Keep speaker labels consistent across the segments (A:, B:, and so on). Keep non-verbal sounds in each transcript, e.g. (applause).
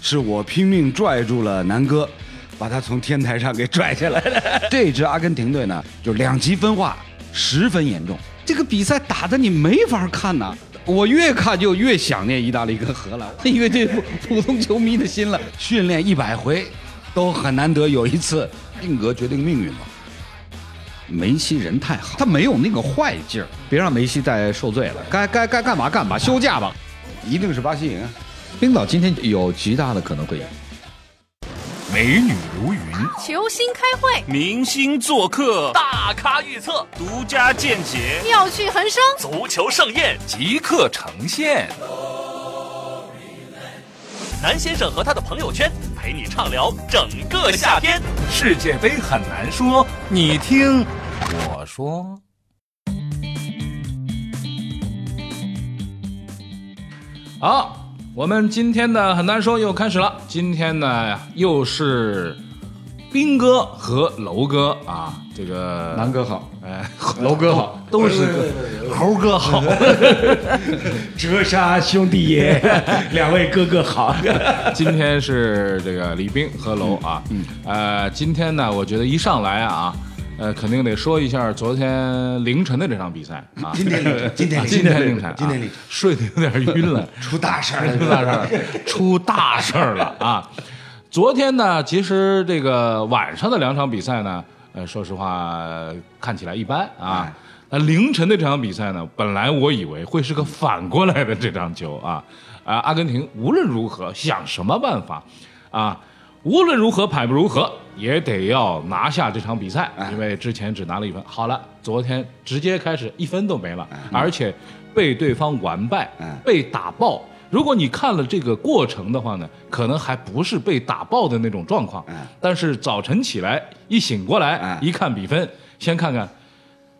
A: 是我拼命拽住了南哥，把他从天台上给拽下来的。这支阿根廷队呢，就是两极分化十分严重，这个比赛打的你没法看呐、我越看就越想念意大利跟荷兰，因为这普普通球迷的心了。训练一百回，都很难得有一次性格决定命运嘛。梅西人太好，他没有那个坏劲儿，
B: 别让梅西再受罪了，该该该干嘛干嘛，休假吧。
A: 一定是巴西赢啊！
B: 冰岛今天有极大的可能会赢。
C: 美女如云，
D: 球星开会，
C: 明星做客，
E: 大咖预测，
C: 独家见解，
D: 妙趣横生。
E: 足球盛宴，
C: 即刻呈现。
E: 南先生和他的朋友圈陪你畅聊整个夏天。
C: 世界杯很难说，你听我说。
F: 好，我们今天的很难说又开始了。今天呢，又是兵哥和楼哥啊，这个
B: 南哥好，
F: 哎， (laughs)
B: 楼哥好，
F: 都是猴哥好，
A: (laughs) 折杀兄弟爷，两位哥哥好。
F: (laughs) 今天是这个李冰和楼啊，嗯，呃，今天呢，我觉得一上来啊，呃，肯定得说一下昨天凌晨的这场比赛啊，今天凌晨，今天 (laughs) 今天凌晨啊，今天凌晨睡得有点晕了，
A: 出大事儿了！
F: 出大事儿了，出大事儿了啊！昨天呢，其实这个晚上的两场比赛呢，呃，说实话呃看起来一般啊。那凌晨的这场比赛呢，本来我以为会是个反过来的这场球啊，啊，阿根廷无论如何想什么办法，啊，无论如何排不如何也得要拿下这场比赛，
A: 哎
F: 因为之前只拿了一分。好了，昨天直接开始一分都没
A: 哎
F: 了，而且被对方完败
A: 嗯，
F: 被打爆。如果你看了这个过程的话呢，可能还不是被打爆的那种状况
A: 嗯，
F: 但是早晨起来一醒过来
A: 嗯，
F: 一看比分，先看看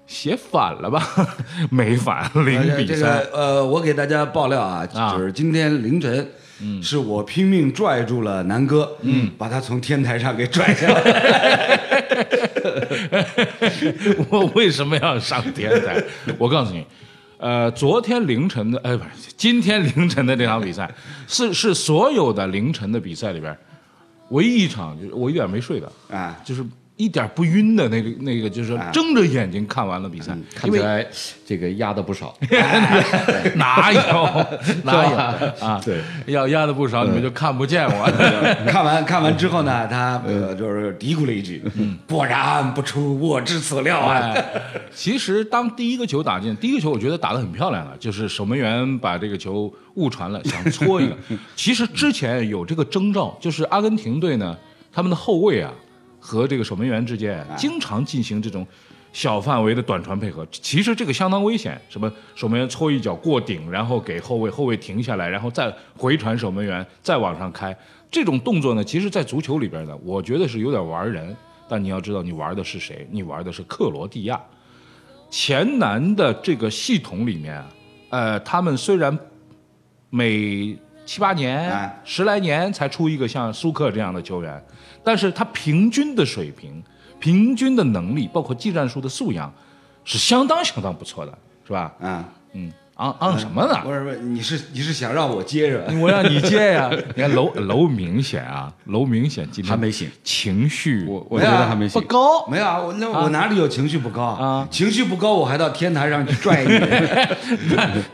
F: 写反了吧？ (laughs) 没反，零比
A: 这
F: 三
A: 个。呃，我给大家爆料啊，
F: 啊
A: 就是今天凌晨，
B: 嗯
A: 是我拼命拽住了南哥，嗯，把他从天台上给拽下
B: (laughs)
A: 来的。
F: (laughs) 我为什么要上天台？我告诉你，呃，昨天凌晨的，哎，不是今天凌晨的这场比赛，是是所有的凌晨的比赛里边，唯一一场就是我一点没睡的
A: 啊
F: 就是一点不晕的那个那个，就是睁着眼睛看完了比赛，
B: 啊嗯看
F: 因
B: 起
F: 为
B: 来哎这个压的不 (laughs) 少。
F: (laughs) 哪
B: (laughs)
F: 有哪 (laughs) 有啊？
B: 对，
F: 要压的不少，你们就看不见
B: (laughs)
F: 我。
A: 看完看完之后
B: 嗯
A: 呢，他呃就是嘀咕了一句：“果然不出我之所料啊
F: 哎，其实当第一个球打进，第一个球我觉得打得很漂亮了，就是守门员把这个球误传了，想搓一个。 (laughs) 其实之前有这个征兆，就是阿根廷队呢，他们的后卫啊和这个守门员之间经常进行这种。小范围的短传配合，其实这个相当危险。什么守门员搓一脚过顶，然后给后卫，后卫停下来，然后再回传守门员，再往上开，这种动作呢，其实，在足球里边呢，我觉得是有点玩人。但你要知道，你玩的是谁？你玩的是克罗地亚。前南的这个系统里面，呃，他们虽然每七八年、
A: 哎
F: 十来年才出一个像苏克这样的球员，但是他平均的水平、平均的能力，包括技战术的素养，是相当相当不错的，是吧！”？
A: 啊，
F: 嗯，昂昂什么呢？
A: 不是不是，啊你是你是想让我接着？
F: 我让你
A: (laughs)
F: 接呀、你看楼楼明显啊，楼明显今天
B: 还没醒，
F: 情绪
B: 我我觉得还没
F: 不
B: 醒。
F: 高。
A: 没有啊，我那我哪里有情绪不高
F: 啊
A: 情绪不高，我还到天台上去拽
F: (laughs)
A: 你。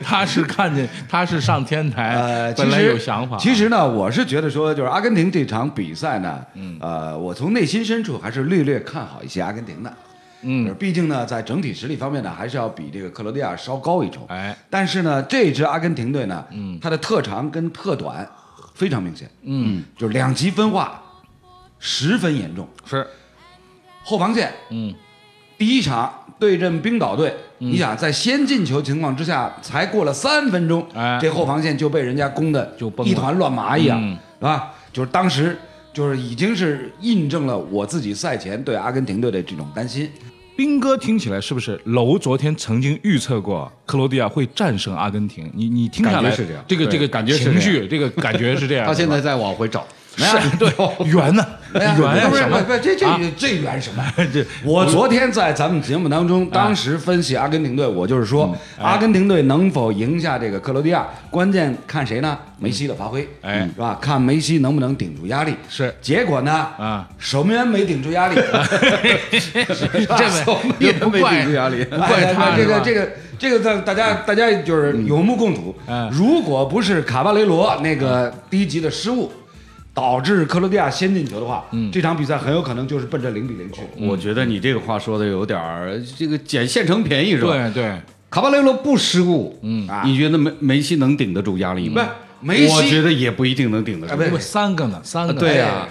F: 他是看见，他是上天台，
A: 呃，其
F: 本来
A: 实
F: 有想法。
A: 其实呢，我是觉得说，就是阿根廷这场比赛呢，嗯，呃，我从内心深处还是略略看好一些阿根廷的。嗯，毕竟呢，在整体实力方面呢，还是要比这个克罗地亚稍高一筹。
F: 哎，
A: 但是呢，这支阿根廷队呢，嗯，它的特长跟特短非常明显，嗯，就是两极分化十分严重。
F: 是
A: 后防线，嗯，第一场对阵冰岛队，
F: 嗯
A: 你想在先进球情况之下，才过了三分钟，
F: 哎
A: 这后防线就被人家攻的
F: 就崩了
A: 一团乱麻一样，
F: 嗯
A: 是吧？就是当时就是已经是印证了我自己赛前对阿根廷队的这种担心，
F: 斌哥听起来是不是？楼昨天曾经预测过克罗地亚会战胜阿根廷，你你听下
B: 感
F: 来
B: 觉是这样
F: 这个
B: 对
F: 这个
B: 感觉是
F: (laughs) 情绪，这个感觉是这样。
B: 他现在
F: 是吧
B: 在往回找，
A: 是
F: 对 (laughs) 圆呢，
A: 哎
F: 圆呀
A: 不是
F: 什
A: 不
F: 么
A: 是不是，这
F: 啊
A: 这这圆什么？
F: (laughs) 这啊
A: 我昨天在咱们节目当中，当时分析阿根廷队，我就是
F: 嗯
A: 说，
F: 哎
A: 阿根廷队能否赢下这个克罗地亚，关键看谁呢？梅西的发挥，嗯
F: 哎
A: 是吧？看梅西能不能顶住压力。
F: 是
A: 结果呢？
F: 啊，
A: 守门员没顶住压力， (laughs)
F: (laughs)
A: 这守门
F: 也
A: 员
F: 不
A: 没
F: 怪
A: 顶住压力，
F: 不怪
A: 哎
F: 他
A: 哎这个
F: 是吧
A: 这个这个，大大家大家就是有目共睹
F: 嗯。
A: 如果不是卡巴雷罗那个低级的失误。导致克罗地亚先进球的话，
F: 嗯
A: 这场比赛很有可能就是奔着零比零去。
B: 我觉得你这个话说的有点儿这个捡现成便宜是吧？
F: 对对，
B: 卡巴雷罗不失误，
F: 嗯
A: 啊
B: 你觉得梅梅西能顶得住压力吗？
A: 不梅西
B: 我觉得啊也不一定能顶得住
A: 哎。对
F: 不三个呢，三个哎呢
B: 对呀，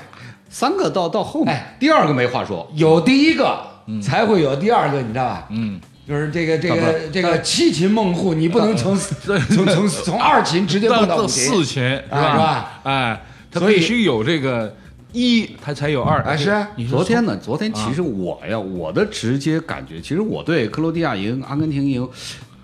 B: 三个到到后面
A: 哎，
B: 第二个没话说，
A: 有第一个，才会有第二个，你知道吧？
F: 嗯，
A: 就是这个这
B: 干
A: 个这个七擒孟获，你不能从 (laughs) 从从从二擒直接
F: 到
A: 蹦到
F: 到
A: 五
F: 四
A: 擒。
F: 群是
A: 哎是
F: 吧
A: 吧？
F: 哎，他
A: 所以
F: 必须有这个一，他才有二。
A: 哎，是啊
F: 你是啊
B: 昨天呢？昨天其实我呀，我的直接感觉，其实我对克罗地亚赢、阿根廷赢，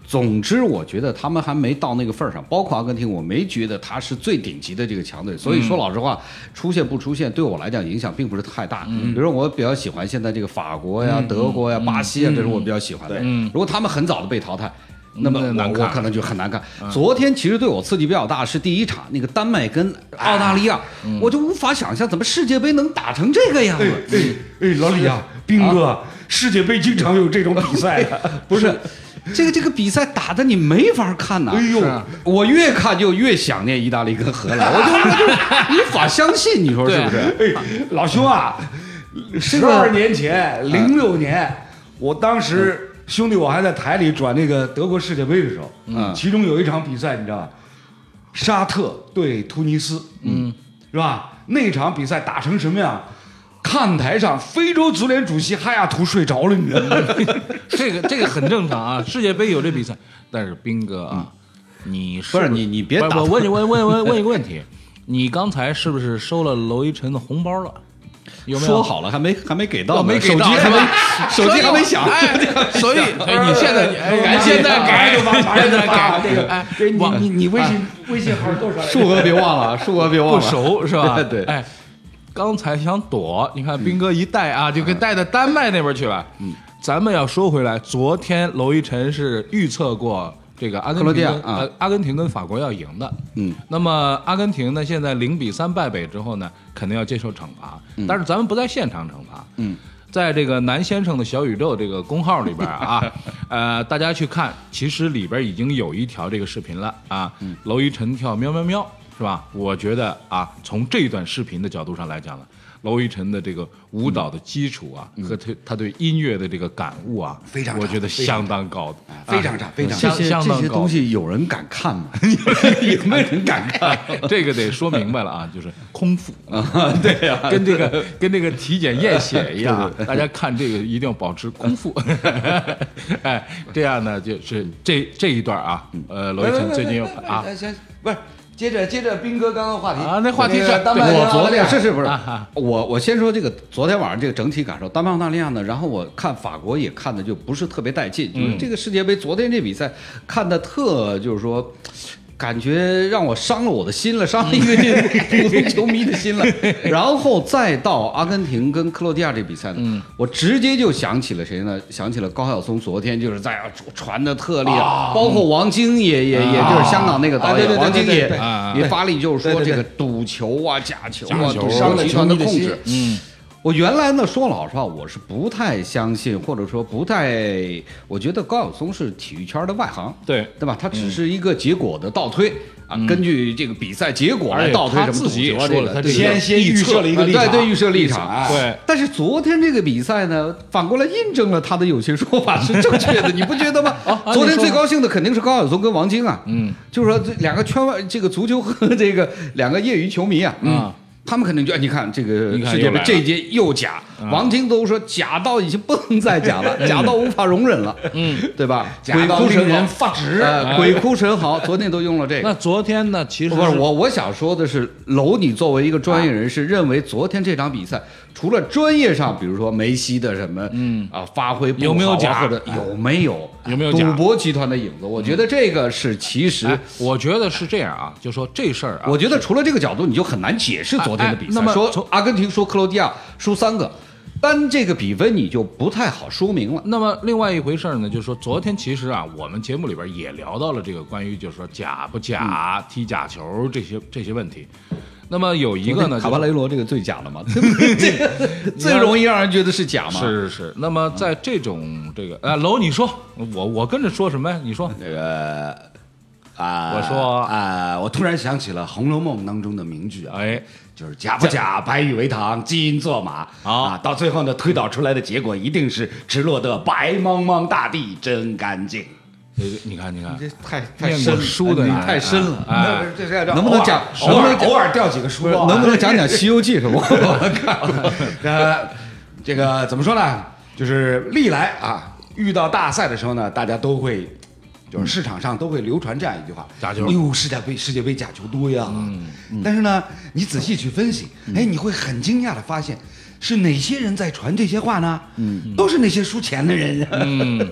B: 总之我觉得他们还没到那个份儿上。包括阿根廷，我没觉得他是最顶级的这个强队。所以
F: 嗯
B: 说老实话，出现不出现对我来讲影响并不是太大。
F: 嗯
B: 比如说我比较喜欢现在这个法国呀、德国呀、巴西呀，啊这是我比较喜欢的。如果他们很早的被淘汰。那么
F: 嗯那难
B: 我
F: 看
B: 我可能就很难看。昨天其实对我刺激比较大是第一场那个丹麦跟澳大利亚，
F: 嗯
B: 我就无法想象怎么世界杯能打成这个样子。
A: 哎哎，老李啊，兵哥，世界杯经常有这种比赛的，
B: 不是，这个这个比赛打的你没法看呐、
A: 哎呦
B: 是啊我越看就越想念意大利跟荷
F: (laughs)
B: 兰，我就我就无法相信，你说是不是？
A: 哎，老兄啊，十二年前，零六年，我当时兄弟我还在台里转那个德国世界杯的时候，
B: 嗯
A: 其中有一场比赛，你知道吧？沙特对突尼斯，嗯，是吧？那场比赛打成什么样？看台上，非洲足联主席哈亚图睡着了，你知道吗？
F: 这个这个很正常啊，世界杯有这比赛，但是斌哥啊，你是
B: 嗯不是你你别
F: 不是
B: 打
F: 我
B: 断
F: 问你问问问问一个问
B: (laughs)
F: 题，你刚才是不是收了娄一晨的红包了？有没有
B: 说？好了还没还没给到呢，
F: 哦没给到
B: 手机
F: 是
B: 还没
F: 吧
B: 手机还没响，
F: 哎，所以哎你现在你哎赶现
B: 啊
F: 在
A: 马上
F: 改
A: 就发，马上
F: 现
A: 就
F: 在
A: 发
F: 改
A: 这个
F: 哎，
A: 这你
F: 网
A: 你你微信微信号多少来着？
B: 数额别忘了，数额别忘
F: 不
B: 了，
F: 熟是吧？
B: (laughs) 对，
F: 哎，刚才想躲，你看斌哥一带啊，就给带到丹麦那边去了。嗯，咱们要说回来，昨天娄一晨是预测过这个阿根
B: 克罗
F: 廷
B: 地亚
F: 跟
B: 啊
F: 呃阿根廷跟法国要赢的。
B: 嗯，
F: 那么阿根廷呢，现在零比三败北之后呢，肯定要接受惩罚，但是咱们不在现场惩罚。
B: 嗯。
F: 在这个南先生的小宇宙这个公号里边啊，
A: (laughs)
F: 呃，大家去看，其实里边已经有一条这个视频了啊。
A: 嗯
F: 娄一晨跳喵喵喵是吧？我觉得啊，从这段视频的角度上来讲呢，娄一晨的这个舞蹈的基础啊，和他他对音乐的这个感悟啊，
A: 嗯非常
F: 我
A: 差
F: 觉得
A: 非常
F: 相当高的，啊
A: 非常差，非常
B: 这
A: 差。
F: 相
B: 些
F: 相
B: 这
F: 当
B: 些
F: 高
B: 东西有人敢看
F: (laughs)
B: 吗？有没有人敢看？ (laughs)
F: 这个得说明白了啊，就是空腹啊，对呀、跟这个跟这个体检验血一样
B: (laughs)
F: 啊，大家看这个一定要保持空腹，哎，这样呢就是这这一段啊，
B: 嗯
F: 呃，罗一晨最近有啊，
A: 哎行，不是，接着接着斌哥刚刚话题
F: 啊那话题是
A: 个丹麦
F: 对
A: 跟
B: 我
A: 澳
B: 昨
A: 大利亚
B: 天是是不是
F: 啊啊？
B: 我我先说这个昨天晚上这个整体感受，丹麦澳大利亚呢，然后我看法国也看的就不是特别带劲，
A: 嗯
B: 就是这个世界杯昨天这比赛看的特就是说。感觉让我伤了我的心了，伤了一个这
A: 嗯
B: 普通球迷的
A: (laughs)
B: 心了。然后再到阿根廷跟克罗地亚这比赛呢，
A: 嗯
B: 我直接就想起了谁呢？想起了高晓松昨天就是在啊传的特厉害，包括王晶也也也就是香港那个导
A: 啊啊对对
B: 演
A: 对
B: 王晶
A: 对
B: 也
A: 对对
F: 啊
B: 也发力，就是说
A: 对对
B: 这个
A: 对
B: 赌球啊、假球
F: 假
B: 啊、
F: 球
B: 赌
F: 伤
B: 球
F: 了
B: 集团的
A: 球迷的
B: 控
A: 心
B: 制。
F: 嗯，
B: 我原来呢，说老实话，我是不太相信，或者说不太，我觉得高晓松是体育圈的外行，
F: 对
B: 对吧？他只是一个结果的倒推、啊，根据这个比赛结果来倒
F: 嗯
B: 推
F: 而且他
B: 什么赌
F: 自己
B: 球啊
F: 也
B: 这
F: 说了
B: 个，
F: 他
B: 对
F: 这个
A: 先先预设了一个立
B: 啊对
A: 场，
B: 对，预设立场。啊
F: 对，
B: 但是昨天这个比赛呢，反过来印证了他的有些说法是正确的，你不觉
F: (laughs)
B: 得吗？
F: 啊你
B: 昨天
F: 说
B: 最
F: 吧
B: 高兴的肯定是高晓松跟王晶啊，
F: 嗯，
B: 就是说这两个圈外这个足球和这个两个业余球迷啊，
F: 嗯。
B: 他们肯定就哎你看这个
F: 你看
B: 世界
F: 又来
B: 杯
F: 了嗯
B: 这一届又假，王晶都说假到已经不能再假了，
F: (laughs)
B: 假到无法容忍了，嗯，对吧？
A: 假到
B: 鬼
A: 令
B: 哭神嚎
A: 人发指。
B: 呃，鬼哭神嚎，昨天都用了这
F: 哎那
B: 个。
F: 昨天呢，其实
B: 不是我，我想说的是，楼，你作为一个专业人士，认为昨天这场比赛，除了专业上，比如说梅西的什么，嗯啊，发挥不好啊
F: 有没有假哎
B: 或者有没有
F: 有没有假哎
B: 赌博集团的影子？我觉得这个是其实
F: 哎，我觉得是这样啊，就说这事儿啊，
B: 我觉得除了这个角度，你就很难解释昨昨天的比
F: 哎那
B: 赛，
F: 么
B: 说阿根廷输克罗地亚输三个，单这个比分你就不太好说明了。
F: 那么另外一回事儿呢，就是说昨天其实啊，我们节目里边也聊到了这个关于就是说假不假、踢假球这些这些问题。那么有一个呢，
B: 卡巴
F: 就是
B: 雷罗这个最假
F: (laughs)
B: 了嘛，这个最容易让人觉得是假嘛。
F: 是是是。那么在这种这个啊，楼你说我我跟着说什么呀？你说
A: 那个啊，
F: 我说
A: 啊，我突然想起了《红楼梦》当中的名句啊，
F: 哎，
A: 就是假不假，白玉为堂，金银作马
F: 啊
A: 啊，到最后呢，推导出来的结果一定是赤裸的白茫茫大地真干净。
F: 这个呃你看你看，
B: 这太太
F: 念
B: 深
F: 过
B: 了，
F: 书的
B: 你
F: 人
B: 太深了。
F: 哎，
A: 这这
B: 能不能讲
A: 偶
B: 能
A: 尔
B: 不能讲
A: 偶尔掉几个书
B: 不是
A: 包啊，
B: 能不能讲讲《西游记》什么？我看
A: 呃，这个怎么说呢？就是历来啊，遇到大赛的时候呢，大家都会，就是市场上都会流传这样一句话：
F: 假球
A: 哎呦，世界杯世界杯假球多呀。
F: 嗯
A: 但是呢，你仔细去分析，哎，你会很惊讶的发现，是哪些人在传这些话呢？嗯，都是那些输钱的人。
F: 嗯，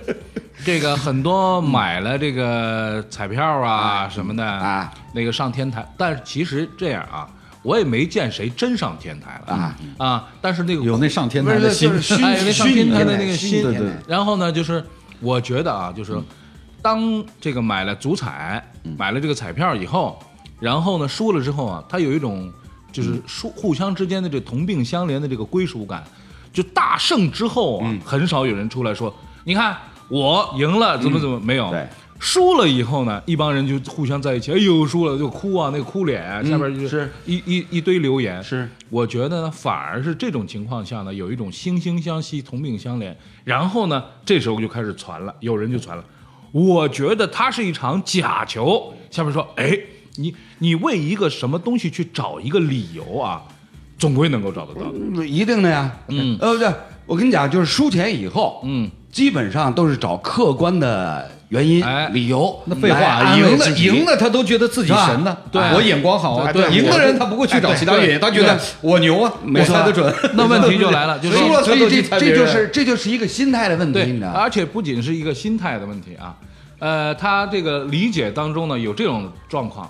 F: 这个很多买了这个彩票
B: 哎
F: 啊什么的
A: 啊，
F: 那个上天台，但是其实这样啊，我也没见谁真上天台了
A: 啊
F: 啊，但是那个
B: 有那上天台的心
A: 不，是虚
F: 哎，那上
A: 虚拟
F: 天台的
A: 天台
F: 那个
A: 虚拟
F: 心，
A: 天台
F: 然后呢，就是我觉得啊，就是当这个买了足彩，买了这个彩票以后，然后呢输了之后啊，他有一种就是输互相之间的这同病相怜的这个归属感。就大胜之后
A: 嗯
F: 啊，很少有人出来说，你看我赢了，怎么怎么没有
A: 嗯对。
F: 输了以后呢，一帮人就互相在一起，哎呦，输了就哭啊，那个哭脸，下边就是一一一堆留言。
B: 是，
F: 我觉得呢，反而是这种情况下呢，有一种惺惺相惜、同病相怜。然后呢，这时候就开始传了，有人就传了，我觉得它是一场假球。下面说，哎，你你为一个什么东西去找一个理由啊，总归能够找得到。
A: 一定的呀。
F: 嗯
A: 呃，不对，我跟你讲，就是输钱以后，
F: 嗯，
A: 基本上都是找客观的原因、
F: 哎
A: 理由。
B: 那废
A: 来
B: 话，
A: 安慰
B: 赢了
A: 自己
B: 赢了，他都觉得自己神呢。
F: 对
B: 我眼光好啊，
F: 对对
B: 赢
F: 我
B: 的人他不会去找其他原因，他觉得我牛啊，我
A: 错
B: 猜得准。
F: 那问题就来了，就
A: 所
F: 说
A: 以
B: 说
A: 所以
B: 他都
A: 这
B: 去猜别啊
A: 这
B: 人
A: 就是这就是一个心态的问题，你
F: 对
A: 知，道吗？
F: 而且不仅是一个心态的问题啊，呃，他这个理解当中呢有这种状况。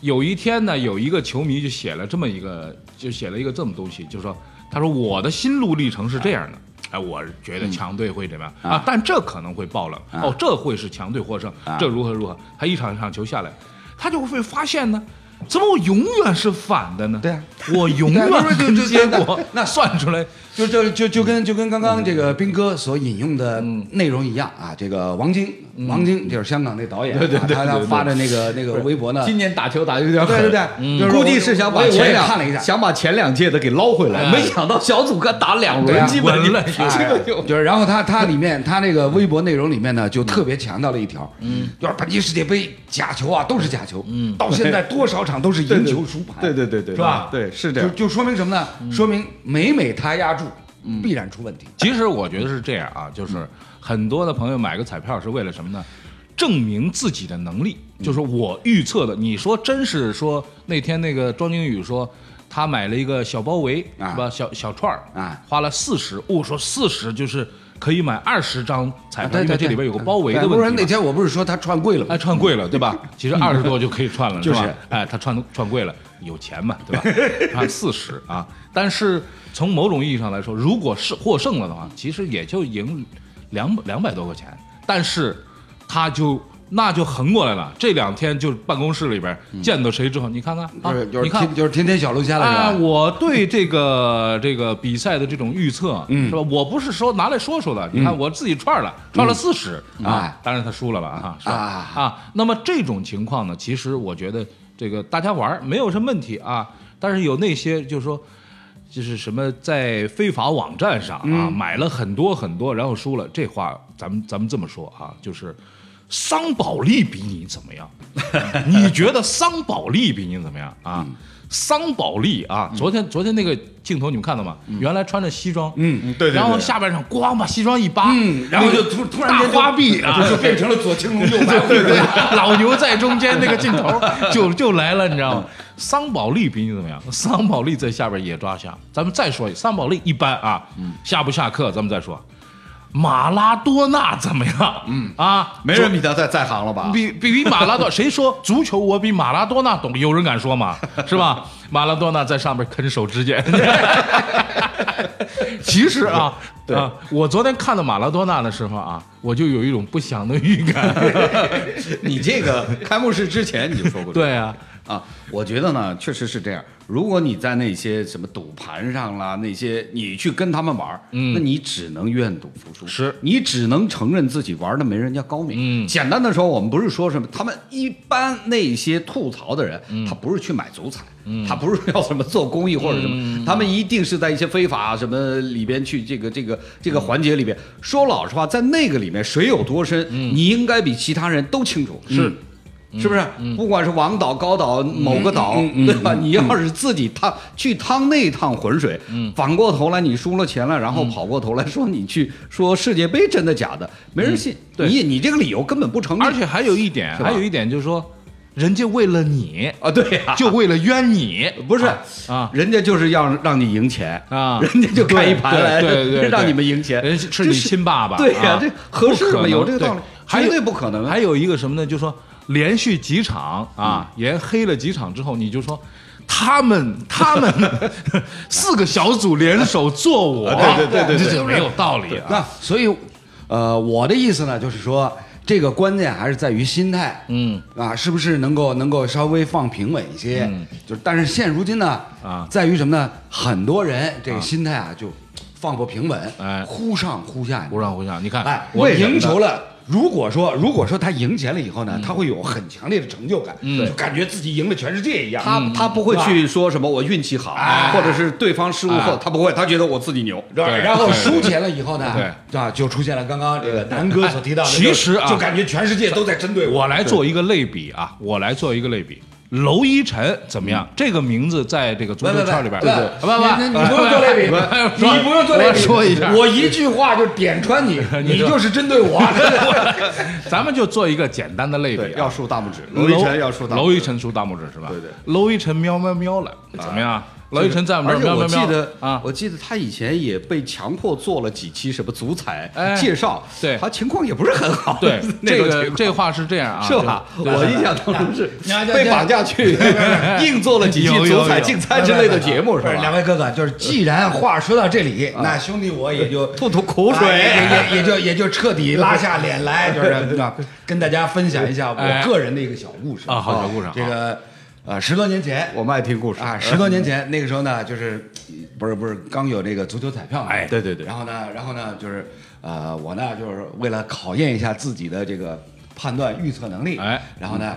F: 有一天呢，有一个球迷就写了这么一个，就写了一个这么东西，就说他说我的心路历程是这
A: 啊
F: 样的。哎，我觉得强队会怎么样、
A: 嗯
F: 啊？但这可能会爆冷、哦，这会是强队获胜，
A: 嗯啊
F: 这如何如何？他一场一场球下来，他就会发现呢，怎么我永远是反的呢？对
A: 啊
F: 我永远
A: 对对对
F: 跟
A: 对
F: 结
A: 对
F: 果那 (laughs) 算出来
A: 就就就就跟就跟刚刚这
B: 嗯
A: 个斌哥所引用的内容一样啊，这个王晶，
B: 嗯
A: 王晶就是香港那导演啊，他他发的那个那个微博呢，
B: 今年打球打的有点狠，嗯
A: 对对对，就是
B: 估
A: 我
B: 计是想
A: 我
B: 把
A: 也我
B: 前
A: 也
B: 两
A: 看了一下，
B: 想把前两届的给捞回来，
F: 哎
B: 没想到小组哥打两
A: 对啊
B: 轮，基本
F: 稳了
B: 这个就嗯
A: 就是，然后他
B: (laughs)
A: 他里面他那个微博内容里面呢，就特别强调了一条，嗯，就是本届世界杯假球啊都是假球，嗯，到现在多少场都是赢球输盘，
B: 对对对对，
A: 是吧
B: 对，是这
A: 就
B: 样。
A: 就说明什么呢？
F: 嗯
A: 说明每每他压住，必然出问题。
F: 其实我觉得是这样啊，就是很多的朋友买个彩票是为了什么呢？证明自己的能力，
A: 嗯
F: 就是我预测的。你说真是说那天那个庄景宇说他买了一个小包围
A: 啊
F: 是吧？小小串儿
A: 啊，
F: 花了四十。我说四十就是可以买二十张彩
A: 啊
F: 票，因为这里边有个包围的
A: 不是
F: 问
A: 那
F: 题嘛。
A: 天我不是说他串贵了吗
F: 哎，？串贵了，对吧？其实二十多就可以
A: (laughs)
F: 串了，
A: 就是
F: 吧？哎，他串串贵了，有钱嘛，对吧？啊， (laughs) 四十啊，但是从某种意义上来说，如果是获胜了的话，其实也就赢两两百多块钱，但是他就。那就横过来了。这两天就办公室里边见到谁之后，你看看啊
A: 嗯就是，就是
F: 你看
A: 天就是天天小龙虾了
F: 啊，
A: 是吧？
F: 我对这个 (laughs) 这个比赛的这种预测，
A: 嗯
F: 是吧？我不是说拿来说说的，你看我自己串了，串了四十
A: 哎
F: 啊，当然他输了了啊，是吧？
A: 啊
F: 啊，那么这种情况呢，其实我觉得这个大家玩儿没有什么问题啊，但是有那些就是说。就是什么在非法网站上啊、
A: 嗯
F: 买了很多很多，然后输了，这话咱们咱们这么说啊，就是桑宝利比你怎么
A: (laughs)
F: 样？你觉得桑宝利比你怎么样啊？
A: 嗯
F: 桑宝利啊，昨天昨天那个镜头你们看到吗？原来穿着西装，嗯
B: 嗯对对对
F: 然后下半场咣把西装一扒，嗯，
A: 然后就突突然
F: 大
A: 间就
F: 花臂啊，
A: 就变成了左青龙右白
F: (laughs)
A: 虎，
F: 对，老牛在中间那个镜头就就来了，你知道吗？桑宝利比你怎么样？桑宝利在下边也抓瞎。咱们再说，桑宝利一般啊，下不下课咱们再说。马拉多纳怎么样？嗯啊，
B: 没人比他在在行了吧？
F: 比比比马拉多，谁说足球我比马拉多纳懂？有人敢说吗？是吧？马拉多纳在上面啃手指甲。 (laughs) 其实啊，啊，我昨天看到马拉多纳的时候啊，我就有一种不祥的预感。
B: 你这个开幕式之前你就说过这
F: (laughs)
B: 个
F: 对啊，
B: 啊，我觉得呢，确实是这样。如果你在那些什么赌盘上啦，那些你去跟他们玩儿，那你只能愿赌服输，
F: 嗯是
B: 你只能承认自己玩的没人家高明。
F: 嗯
B: 简单的说，我们不是说什么，他们一般那些吐槽的人，
F: 嗯
B: 他不是去买足彩，他不是要什么做公益或者什么，
F: 嗯
B: 他们一定是在一些非法什么里边去这个这个这
F: 嗯
B: 个环节里边。说老实话，在那个里面水有多深，
F: 嗯
B: 你应该比其他人都清楚。嗯是。是不是？
F: 嗯
B: 不管是王岛、高岛某个岛，对吧？ (laughs) 你要是自己趟去趟那趟浑水，
F: 嗯
B: 反过头来你输了钱了，然后跑过头来说你去
F: 嗯
B: 说世界杯真的假的，没人信。你你这个理由根本不成立。
F: 而且还有一点，
B: 嗯
F: 啊
B: 是吧
F: 还有一点就是说，人家为了你，
B: 啊，对呀，
F: 就为了冤你，
B: 不是
F: 啊
B: 人家就是要让你赢钱
F: 啊
B: 人家就开一盘
F: 对
B: 来
F: 对对 (laughs) 对
B: 让你们赢钱，
F: 人家是你亲爸爸，
B: 对呀
F: 啊
B: 这合适吗
F: 不可能
B: 有这个道理
F: 还有
B: 绝对不可能啊
F: 还有一个什么呢？就说连续几场啊，
B: 嗯
F: 连黑了几场之后，你就说。他们 (laughs) 他们
B: (laughs)
F: 四个小组联手做我，
B: 啊
F: 对对对对，这就没有道理啊！
A: 那所以，呃，我的意思呢，就是说，这个关键还是在于心态，
F: 嗯，
A: 啊，是不是能够能够稍微放平稳一些？
F: 嗯
A: 就是，但是现如今呢，
F: 啊
A: 在于什么呢？很多人这个心态啊，就放不平稳，
F: 哎
A: 忽上忽下，
F: 忽上忽下，你看，
A: 哎，
F: 啊我
A: 赢球
F: 了，
A: 了。如果说，如果说他赢钱了以后呢，他会有很强烈的成就感，
F: 嗯
A: 就感觉自己赢了全世界一样。嗯
B: 他他不会去说什么我运气好，
F: 哎
B: 或者是对方失误后，他不会，他觉得我自己牛。
F: 对
A: 然后输钱了以后呢，
F: 对
A: 啊，就出现了刚刚这个南哥所提到的，
F: 其实啊
A: 就就感觉全世界都在针对
F: 我来做一个类比啊，我来做一个类比。娄一晨怎么
B: 嗯
F: 样？这个名字在这个足
A: 不
F: 球
A: 不不
F: 圈里边，
A: 不
F: 不不，
A: 你你你不用做
F: (laughs)
A: 类比，
F: 说
A: 你不用做类
F: 我
A: 比，
F: 说一下
A: 我一句话就点穿
F: (laughs)
A: 你，你就是针对我。
F: 咱们就做一个简单的类比、啊，
B: 对，要竖大拇指，
F: 娄
B: 娄一晨要竖大拇指。
F: 娄一晨竖大拇指是吧？
B: 对对，啊
F: 娄一晨喵喵喵了，怎么样？娄一晨在我们
B: 而
F: 这
B: 且
F: 儿喵
B: 我
F: 喵
B: 记
F: 喵
B: 得
F: 啊，
B: 我记得他以前也被强迫做了几期什么足彩
F: 哎
B: 介绍，
F: 对
B: 他情况也不是很好。
F: 对
B: (laughs) 那
F: 这
B: 种
F: 个
B: 情况
F: 这话是这样啊，
B: 是吧？
F: 就
B: 我印象当中是被绑架去 (laughs) 硬做了几期
F: 有有
B: 足彩
F: 有
B: 竞猜 (laughs) 之类的节目，是
A: 不是两
B: 吧？啊
A: 位哥哥，就是既然话说到这里，那兄弟我也就
B: 吐吐苦水
A: 哎也也也就也就彻底拉下脸来，就是 (laughs) 啊跟大家分享一下
F: 哎
A: 我个人的一个小故事
F: 啊好小故事好
A: 这个呃，十多年前
B: 我们爱听故事哎
A: 啊，十多年前那个时候呢，就是不是不是刚有这个足球彩票嘛？
F: 哎
B: 对对对
A: 然后呢，然后呢，就是呃，我呢就是为了考验一下自己的这个判断预测能力，
F: 哎
A: 然后呢。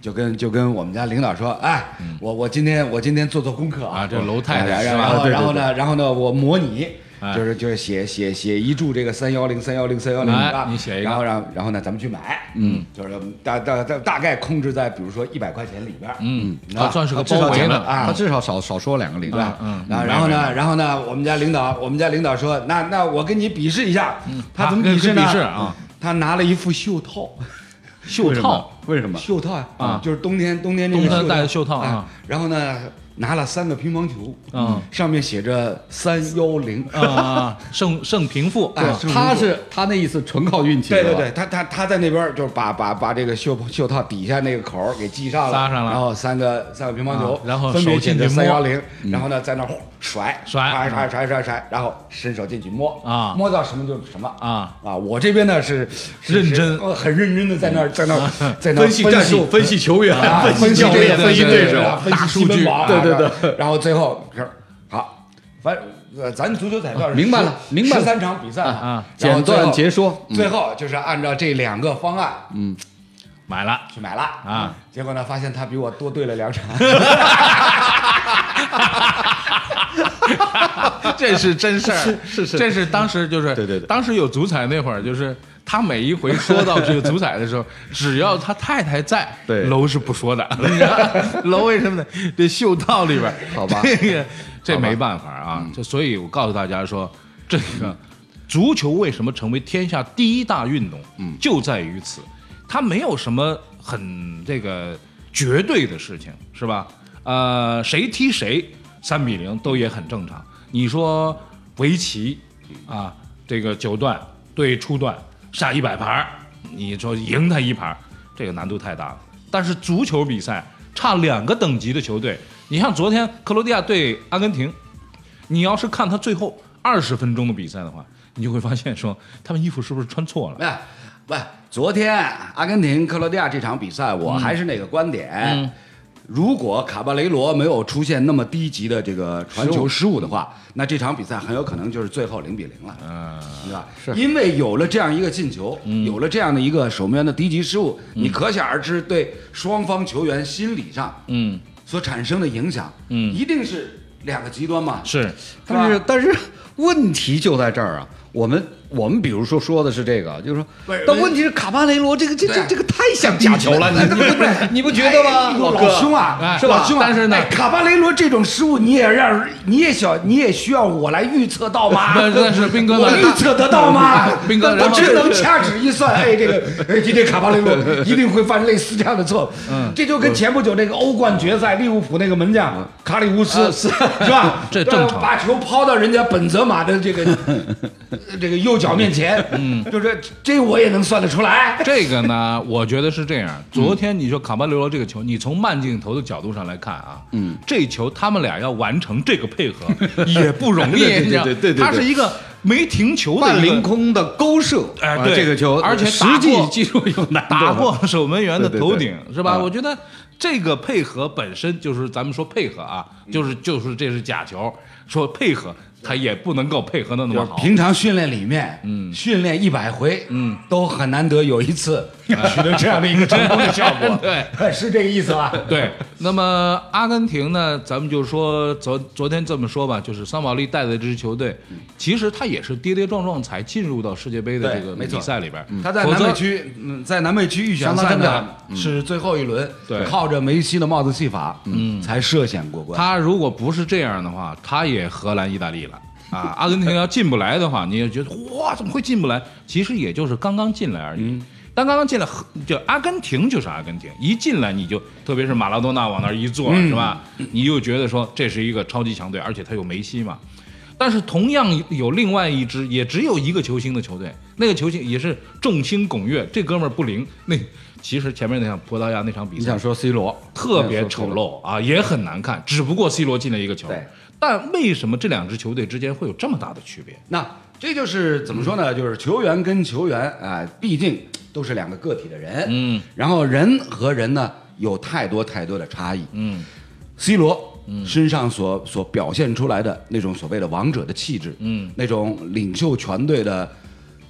A: 就跟就跟我们家领导说，哎，我我今天我今天做做功课
F: 嗯啊这楼太太
A: 然
F: 是吧
A: 然后
F: 对对
A: 然后呢，然后呢，我模拟
F: 哎，
A: 就是就是写写写一注这个三幺零三幺零三幺零
F: 哎
A: 啊，
F: 你写一个
A: 然后然后然后呢，咱们去买，嗯，就是大大大大概控制在比如说一百块钱里边儿，
F: 嗯
A: 啊
F: 它算是个
A: 至少
F: 包围
A: 讲了
F: 呢
A: 啊，
B: 他至少少少说两个礼
A: 对
B: 拜
A: 吧，？
F: 嗯
A: 然后然后
F: 明白明
A: 呢，然后呢，我们家领导，我们家领导说，那那我跟你比试一下，他
F: 嗯他
A: 怎么
F: 跟
A: 比试呢？嗯
F: 跟比试啊，
A: 他拿了一副袖套，
F: 袖套，
B: 为什么？
A: 袖套啊，
F: 啊
A: 就是冬天冬天这
F: 冬
A: 个
F: 天戴的袖套啊
A: 啊，然后呢，拿了三个乒乓球，
F: 嗯，
A: 上面写着三幺零，
F: 啊，盛盛平复，
A: 哎
F: 啊
B: 他是他那意思纯靠运气，
A: (laughs) 对对
B: 是吧
A: 对，他他他在那边儿就是把把把这个袖袖套底下那个口儿给系上了，
F: 扎上了
A: 然后三个三个乒乓球，
F: 啊然后
A: 分别
F: 手进
A: 进着
F: 去摸嗯
A: 三幺零，然后呢在那儿呼甩
F: 甩嗯
A: 甩甩甩甩甩，然后伸手进去摸
F: 啊
A: 摸到什么就是什么
F: 啊
A: 啊！我这边呢是是
F: 认
A: 是
F: 真嗯
A: 呃很认真的在那儿在那儿在
F: (laughs)
A: 那儿
B: 分析战术、分析球员
A: 啊、、
B: 分析
A: 教
B: 教
A: 练
B: 练、分析对手
A: 对，分析积分榜，
B: 对对对
A: 对。然后最后是好，反呃咱足球彩票是
B: 明白了明白了
A: 十三场比赛
F: 啊
A: 嘛
F: 啊，
A: 然后
B: 简短
A: 最后
B: 截说嗯
A: 最后就是按照这两个方案
F: 买了，
A: 去买了
F: 啊，
A: 结果呢发现他比我多对了两场，
F: (laughs) 这是真事儿，是
B: 是
F: 这是当时就是
B: 对对对
F: 当时有足彩那会儿就是。他每一回说到这个足彩的时候，只要他太太在，
B: (laughs) 对
F: 楼是不说
B: (laughs)
F: 的。楼为什么呢？这袖套里边，
B: 好吧嗯
F: 这个这没办法啊。这所以，我告诉大家说，这个足球为什么成为天下第一大运动，嗯，就在于此，它没有什么很这个绝对的事情，是吧？呃，谁踢谁三比零都也很正常。你说围棋啊，这个九段对初段下一百盘儿，你说赢他一盘儿，这个难度太大了。但是足球比赛差两个等级的球队，你像昨天克罗地亚对阿根廷，你要是看他最后二十分钟的比赛的话，你就会发现说他们衣服是不是穿错了？
G: 喂喂，昨天阿根廷克罗地亚这场比赛，
F: 嗯
G: 我还是那个观点。如果卡巴雷罗没有出现那么低级的这个传球失误的话，那这场比赛很有可能就是最后零比零了，
F: 嗯、
G: 对吧？是因为有了这样一个进球，有了这样的一个守门员的低级失误，你可想而知对双方球员心理上
F: 嗯，
G: 所产生的影响，
F: 嗯
G: 一定是两个极端嘛。
F: 是
G: 但
B: 但
G: 是
B: 是
G: 但是问题就在这儿啊，我们我们比如说说的是这个，就是说，但问题是卡巴雷罗这个这这这个太像假球了，你不对？你不觉得吗，老哥？老兄啊，
F: 哎
G: 是吧？
F: 老兄啊但是呢
G: 哎卡巴雷罗这种失误，你也让你也想你也需要我来预测到吗？
F: 但但是斌哥呢
G: 我预测得
F: (laughs)
G: 到吗？
F: 斌哥
G: 我
F: 然后
G: 只能掐指一算，哎，这个哎，今天卡巴
F: (laughs)
G: 雷罗一定会犯类似这样的错误。嗯，这就跟前不久那个欧冠决赛，利物浦那个门将卡里乌斯是吧？
F: 嗯啊 (laughs) 这正常
G: 把球抛到人家本泽马的
F: (laughs)
G: 这个这个右脚面前，嗯，就是这我也能算得出来。
F: 这个呢，我觉得是这样。昨天你说卡巴雷罗这个球，你从慢镜头的角度上来看啊，嗯，这球他们俩要完成这个配
G: (laughs)
F: 合也不容易，
G: 对对对
F: 你知道
G: 对对对对
F: 他是一个没停球的
G: 半
F: 一个
G: 凌。空的勾射，
F: 哎
G: 啊，
F: 对
G: 这个球，
F: 而且
G: 实
F: 打过
G: 际技术有难度，
F: 打过守门员的头顶
G: 对对对
F: 是吧？
G: 啊
F: 我觉得这个配合本身就是咱们说配合啊，就是就是这是假球，说配合他也不能够配合的那么好。，
G: 平常训练里面，嗯，训练一百回，嗯，都很难得有一次 (laughs) 取得这样的一个成功的效果
F: (laughs) 对，
G: (laughs) 是这个意思 (laughs) 吧？
F: 对，那么阿根廷呢，咱们就说昨昨天这么说吧，就是桑保利带的这支球队，其实他也是跌跌撞撞才进入到世界杯的
G: 对
F: 这个
G: 没错
F: 比赛里边儿，
G: 他在
F: 否
G: 南
F: 则
G: 美区，嗯，在南美区预选
B: 相当
G: 赛
B: 尴尬
G: 呢是最后一轮，
F: 对
G: 靠着梅西的帽子戏法，嗯，才涉险过关。
F: 他如果不是这样的话，他也荷兰、意大利了。啊， (laughs) 阿根廷要进不来的话，你也觉得哇，怎么会进不来？其实也就是刚刚进来而已。但刚刚进来，呵就阿根廷就是阿根廷，一进来你就，特别是马拉多纳往那儿一坐，是吧？你又觉得说这是一个超级强队，而且他有梅西嘛。但是同样有另外一支也只有一个球星的球队，那个球星也是众星拱月，这哥们儿不灵。那其实前面那场葡萄牙那场比赛，
G: 说 C 罗
F: 特别丑陋啊，也很难看。只不过 C 罗进了一个球
G: 对，
F: 但为什么这两支球队之间会有这么大的区别？
G: 那这就是怎么说
F: 嗯
G: 呢？就是球员跟球员啊、毕竟都是两个个体的人。
F: 嗯，
G: 然后人和人呢有太多太多的差异。
F: 嗯
G: ，C 罗身上所所表现出来的那种所谓的王者的气质，
F: 嗯，
G: 那种领袖团队的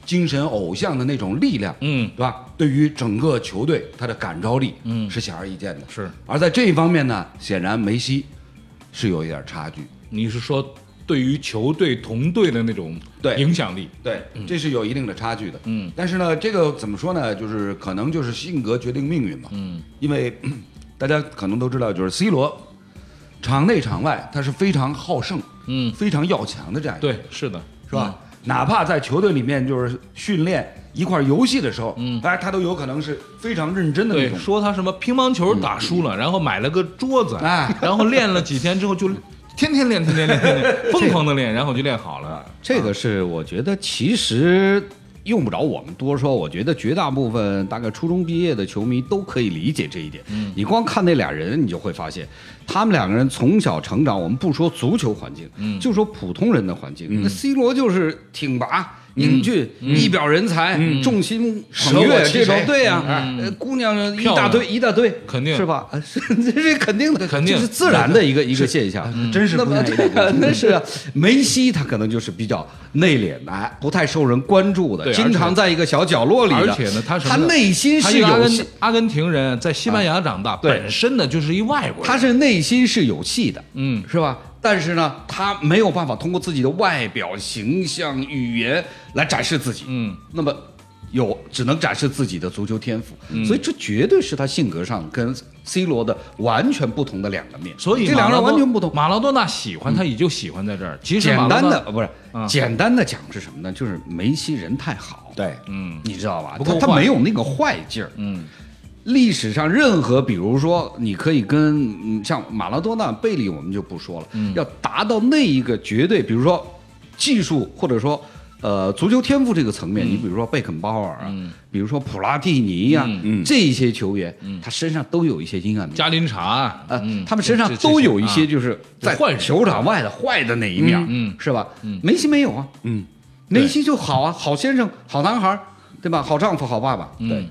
G: 精神偶像的那种力量，
F: 嗯
G: 对吧？对于整个球队他的感召力，
F: 嗯
G: 是显而易见的。
F: 是，
G: 而在这一方面呢，显然梅西是有一点差距。
F: 你是说对于球队同队的那种
G: 对
F: 影响力？
G: 对，这是有一定的差距的。
F: 嗯，
G: 但是呢，这个怎么说呢？就是可能就是性格决定命运嘛。嗯，因为大家可能都知道，就是 C 罗场内场外他是非常好胜，
F: 嗯
G: 非常要强的这样一个，
F: 对，嗯是的，
G: 是吧？哪怕在球队里面就是训练一块儿游戏的时候，嗯，哎，他都有可能是非常认真的那
F: 对，
G: 种。
F: 说他什么乒乓球打输
B: 嗯
F: 了，然后买了个桌子，
G: 哎
F: 然后练了几天之后
B: (laughs)
F: 就天天练，天天练，天天练， (laughs) 疯狂的练，然后就练好了。
B: 这个是我觉得其实用不着我们多说，我觉得绝大部分大概初中毕业的球迷都可以理解这一点。
F: 嗯
B: 你光看那俩人，你就会发现，他们两个人从小成长，我们不说足球环境，
F: 嗯
B: 就说普通人的环境。那 C 罗就是挺拔。
F: 嗯
B: 英俊、一表人才、众星捧
G: 舍我
B: 月
G: 其
B: 这种
G: 谁，
B: 对呀、呃姑娘一
F: 嗯漂
B: 大
F: 亮
B: 堆一大堆，
F: 肯定
B: 是吧？ (laughs) 呃是这这肯定的，
F: 肯定
B: 这是自然的一个一个现象。
G: 真是
B: 那
G: 不
B: 么
G: 愿意
B: 对啊，那是啊梅西，他可能就是比较内敛的，哎不太受人关注的，
F: 对
B: 经常在一个小角落里的。
F: 而且呢，他什么
B: 他
F: 呢
B: 内心
F: 他
B: 是
F: 一个阿
B: 有
F: 根
B: 戏，
F: 阿根廷人，在西班牙长大，
B: 啊对
F: 本身呢就是一外国人，
B: 他是内心是有戏的，
F: 嗯
B: 是吧？但是呢，他没有办法通过自己的外表、形象、语言来展示自己，
F: 嗯。
B: 那么有只能展示自己的足球天赋，
F: 嗯
B: 所以这绝对是他性格上跟 C 罗的完全不同的两个面，
F: 所以
B: 这两
F: 马拉
B: 个人
F: 多
B: 完全不同。嗯
F: 马拉多纳喜欢他，也就喜欢在这儿。其实
B: 简
F: 马拉
B: 单
F: 多纳
B: 的，不是、
F: 嗯
B: 简单的讲是什么呢？就是梅西人太好，
G: 对，
F: 嗯
B: 你知道吧？
F: 不够
B: 他他
F: 坏
B: 没有那个坏劲儿。
F: 嗯，
B: 历史上任何，比如说，你可以跟嗯像马拉多纳、贝
F: 嗯
B: 呃利，我们就不说了，要达到那一个绝对，比如说技术或者说呃，足球天赋这个层
F: 嗯
B: 面，你比如说贝肯鲍尔啊，比如说普拉蒂尼呀、
F: 嗯
B: 这些球员，他身上都有一些阴暗面。
F: 加林查，
B: 呃
F: 嗯，
B: 他们身上
F: 这这
B: 都有一些
F: 啊
B: 就是在
F: 坏人
B: 球场外的坏的那一面，
F: 嗯嗯
B: 是吧？梅西没有啊，
G: 嗯，
B: 梅西就好啊，好先生，好男孩儿，对吧？好丈夫，好爸爸，
F: 嗯
B: 对。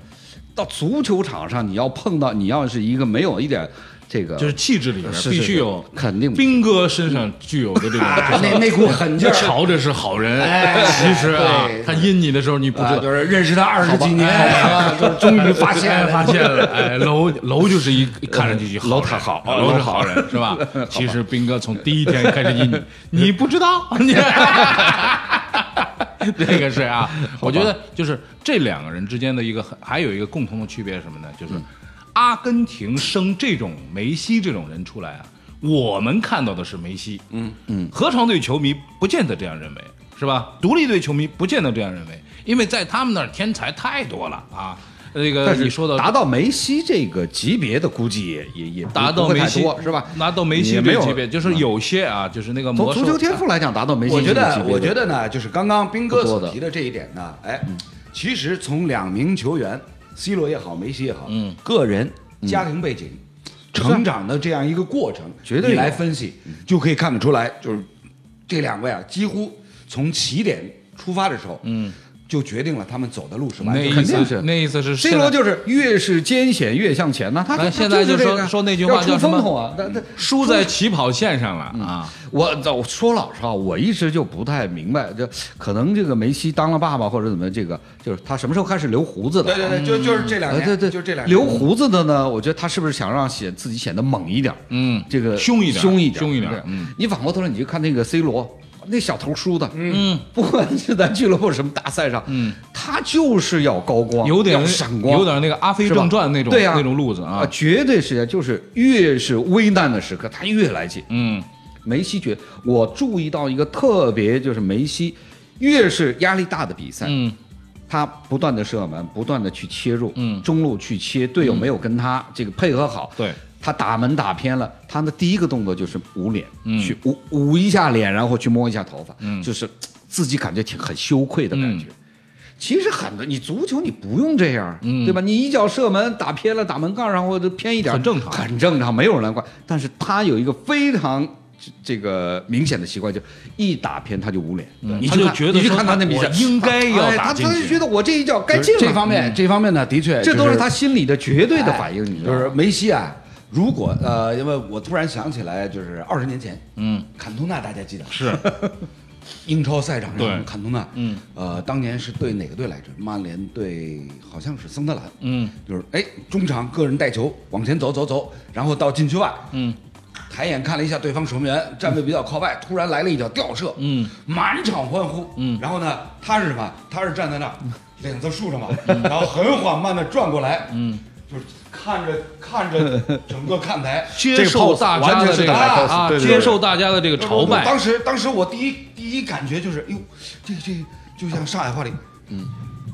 B: 到足球场上，你要碰到，你要是一个没有一点这个，
F: 就是气质里面
B: 呃是是
F: 必须有，
B: 肯定
F: 兵哥身上具有的这种
B: 那那股狠劲儿，
F: 瞧着是好人，
B: 哎
F: 其实啊
B: 对，
F: 他阴你的时候你不知
B: 啊
F: 道，
B: 就是认识他二十几年，
F: 哎
B: 啊就是终于发现
F: 哎
B: 了，呃
F: 发现了，哎，楼楼就是一看上去就
B: 楼
F: 好
B: 塔
F: 人啊
B: 好
F: 楼是好人是吧？
B: (laughs)
F: 其实斌哥从第一天开始阴你，你不知道，
B: (laughs)
F: 你 (laughs) 这个是啊，我觉得就是这两个人之间的一个很，还有一个共同的区别是什么呢？
B: 嗯
F: 就是阿根廷生这种梅西这种人出来啊，我们看到的是梅西，嗯嗯，合唱队球迷不见得这样认为，是吧？独立队球迷不见得这样认为，因为在他们那儿天才太多了啊。那个
B: 但是
F: 你说到
B: 达到梅西这个级别的，估计也也也不
F: 达到
B: 不会
F: 梅
B: 太
F: 西
B: 多是吧？
F: 达到梅西
B: 嗯也
F: 这
B: 没
F: 个
B: 有嗯
F: 级别，就是有些啊，就是那个
B: 从
F: 魔
B: 足
F: 术
B: 球天赋来讲，达到梅西
G: 我觉
B: 这个级
G: 得，
B: 别的
G: 我觉得呢，就是刚刚斌哥
B: 不多
G: 所
B: 的嗯
G: 提的这一点呢，哎，其实从两名球员，C 罗也好，梅西也好，嗯，个人、家庭背景、成长的这样一个过程，
B: 嗯啊绝对有嗯
G: 你来分析，就可以看得出来，就是这两位啊，几乎从起点出发的时候，嗯，就决定了他们走的路是完
F: 啊那
G: 全
F: 意
G: 不一
B: 肯定
G: 样
F: 思
B: 是
F: 那意思是
B: C
F: 现
B: 罗
F: 在
B: 就是越是艰险越向前呢。他
F: 咱
B: 他
F: 现在
B: 就
F: 就是
B: 这
F: 说
B: 个
F: 说那句话
B: 要出
F: 叫什么
B: 风头啊，那那
F: 输在起跑线上了啊。
B: 我我说老实话，我一直就不太明白，就可能这个梅西当了爸爸或者怎么，这个就是他什么时候开始留胡子的？
G: 对对对，就就是这两
B: 呃，
G: 年，
B: 对对，
G: 就这两年
B: 留胡子的呢，我觉得他是不是想让显自己显得猛一点？
F: 嗯
B: 这个
F: 凶一点
B: 凶一点，
F: 凶一点
B: 对
F: 嗯
B: 你反过头来，你就看那个 C 罗，那小头梳的，嗯，不管是在俱乐部什么大赛上，嗯，他就是要高光，
F: 有点
B: 要闪光，
F: 有点那个《阿飞
B: 是吧
F: 正传》那种
B: 对呀
F: 那种路子啊。
B: 绝对是，就是越是危难的时刻，他越来劲。
F: 嗯，
B: 梅西觉，我注意到一个特别，就是梅西越是压力大的比赛，
F: 嗯，
B: 他不断的射门，不断的去切入，嗯，中路去切，队友没有跟他这个配合好，
F: 对，
B: 他打门打偏了，他的第一个动作就是捂脸，
F: 嗯
B: 去捂捂一下脸，然后去摸一下头发，嗯，就是嘖自己感觉挺很羞愧的感觉。
F: 嗯
B: 其实很多，你足球你不用这样，对吧？你一脚射门打偏了，打门杠上或者偏一
F: 嗯
B: 点，
F: 很正常
B: 很正常，没有人来怪。但是他有一个非常这这个明显的习惯，就一打偏他就捂脸，嗯你
F: 他
B: 去
F: 就
B: 看
F: 觉得
B: 你去
F: 说
B: 看
F: 他
B: 他那比
F: 我
B: 赛，
F: 应该要
B: 哎
F: 打
B: 他
F: 进
B: 他就
F: 去
B: 觉得我这一脚该进
G: 就是
B: 了，
G: 这方面，这方面呢，的确，
B: 这都
G: 是
B: 是他心里的绝对的反应，你知道
G: 哎就
B: 吗？
G: 是梅西啊，如果呃，因为我突然想起来，就是二十年前，嗯，坎通纳大家记得
F: 是
B: (laughs)
G: 英超赛场
F: 对
G: 上，坎通纳，嗯，呃，当年是对哪个队来着？曼联对，好像是桑德兰，
F: 嗯，
G: 就是哎，中场个人带球往前走走走，然后到禁区外，嗯。抬眼看了一下对方守门员，站位比较靠外，突然来了一脚吊射，嗯，满场欢呼，嗯，然后呢，他是什么？他是站在那儿，领子竖着嘛，然后很缓慢的转过来，嗯，就是看着看着 (laughs) 整个看台，
F: 接受大家的这个
G: 完全是他
F: 啊，接受大家的这个朝
G: 我当
F: 拜，
G: 时当时我第一第一感觉就是，哎呦，这这就像上海话里，嗯，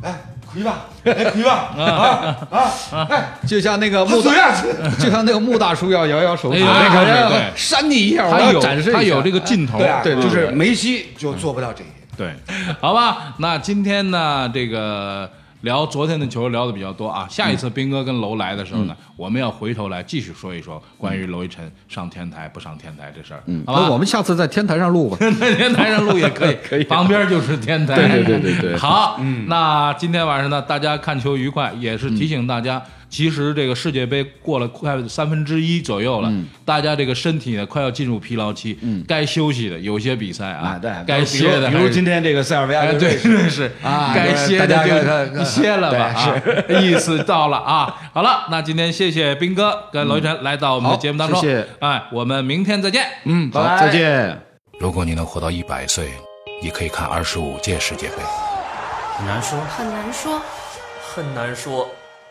G: 哎，魁吧，哎，魁吧，啊啊，哎，
B: 就像那个
G: 他
B: 穆
G: 随
B: 大，
G: 便
B: 就像那个穆大叔要摇摇手指，
F: 哎呀
B: 那个
F: 对对
B: 要
F: 对
B: 扇你一下，我
F: 他
B: 要
F: 有
B: 展示一下，
F: 他有这个劲头，
G: 对啊，
B: 对对
G: 就是
F: 嗯
G: 梅西就做不到这一点。
F: (laughs) 对，好吧，那今天呢，这个聊昨天的球聊的比较多啊。下
B: 嗯
F: 一次斌哥跟楼来的时候呢，我们要回头来继续说一说关于娄一晨上天台不上天台这事儿，
B: 嗯，
F: 好吧？
B: 那我们下次在天台上录
G: (laughs)
B: 吧。
F: 在天台上录也可以，
B: (laughs) 可以啊
F: 旁边就是天台。
B: 对对对
F: (laughs)
B: 对嗯对
F: 好，那今天晚上呢，大家看球愉快，也是
B: 嗯
F: 提醒大家，其实这个世界杯过了快三分之一左右了，
B: 嗯
F: 大家这个身体呢快要进入疲劳期，该休息的有些比赛啊，该
G: 比如
F: 歇的
G: 比
F: 还
G: 如
F: 是
G: 今天这个塞尔维亚
F: 哎，
G: 对
F: 对，
G: 瑞士
F: 认识
G: 啊
F: 该
G: 对
F: 歇
G: 大家
F: 的
G: 看
F: 就
G: 看
F: 歇了吧啊，意思到了啊。好了，那今天谢谢斌哥跟娄一晨来到我们的
B: 好
F: 节目当中，
B: 谢谢
F: 哎，我们明天再见。
B: 嗯，好，再见。
H: 如果你能活到一百岁，你可以看二十五届世界杯。
E: 很难说，
D: 很难说，
E: 很难说，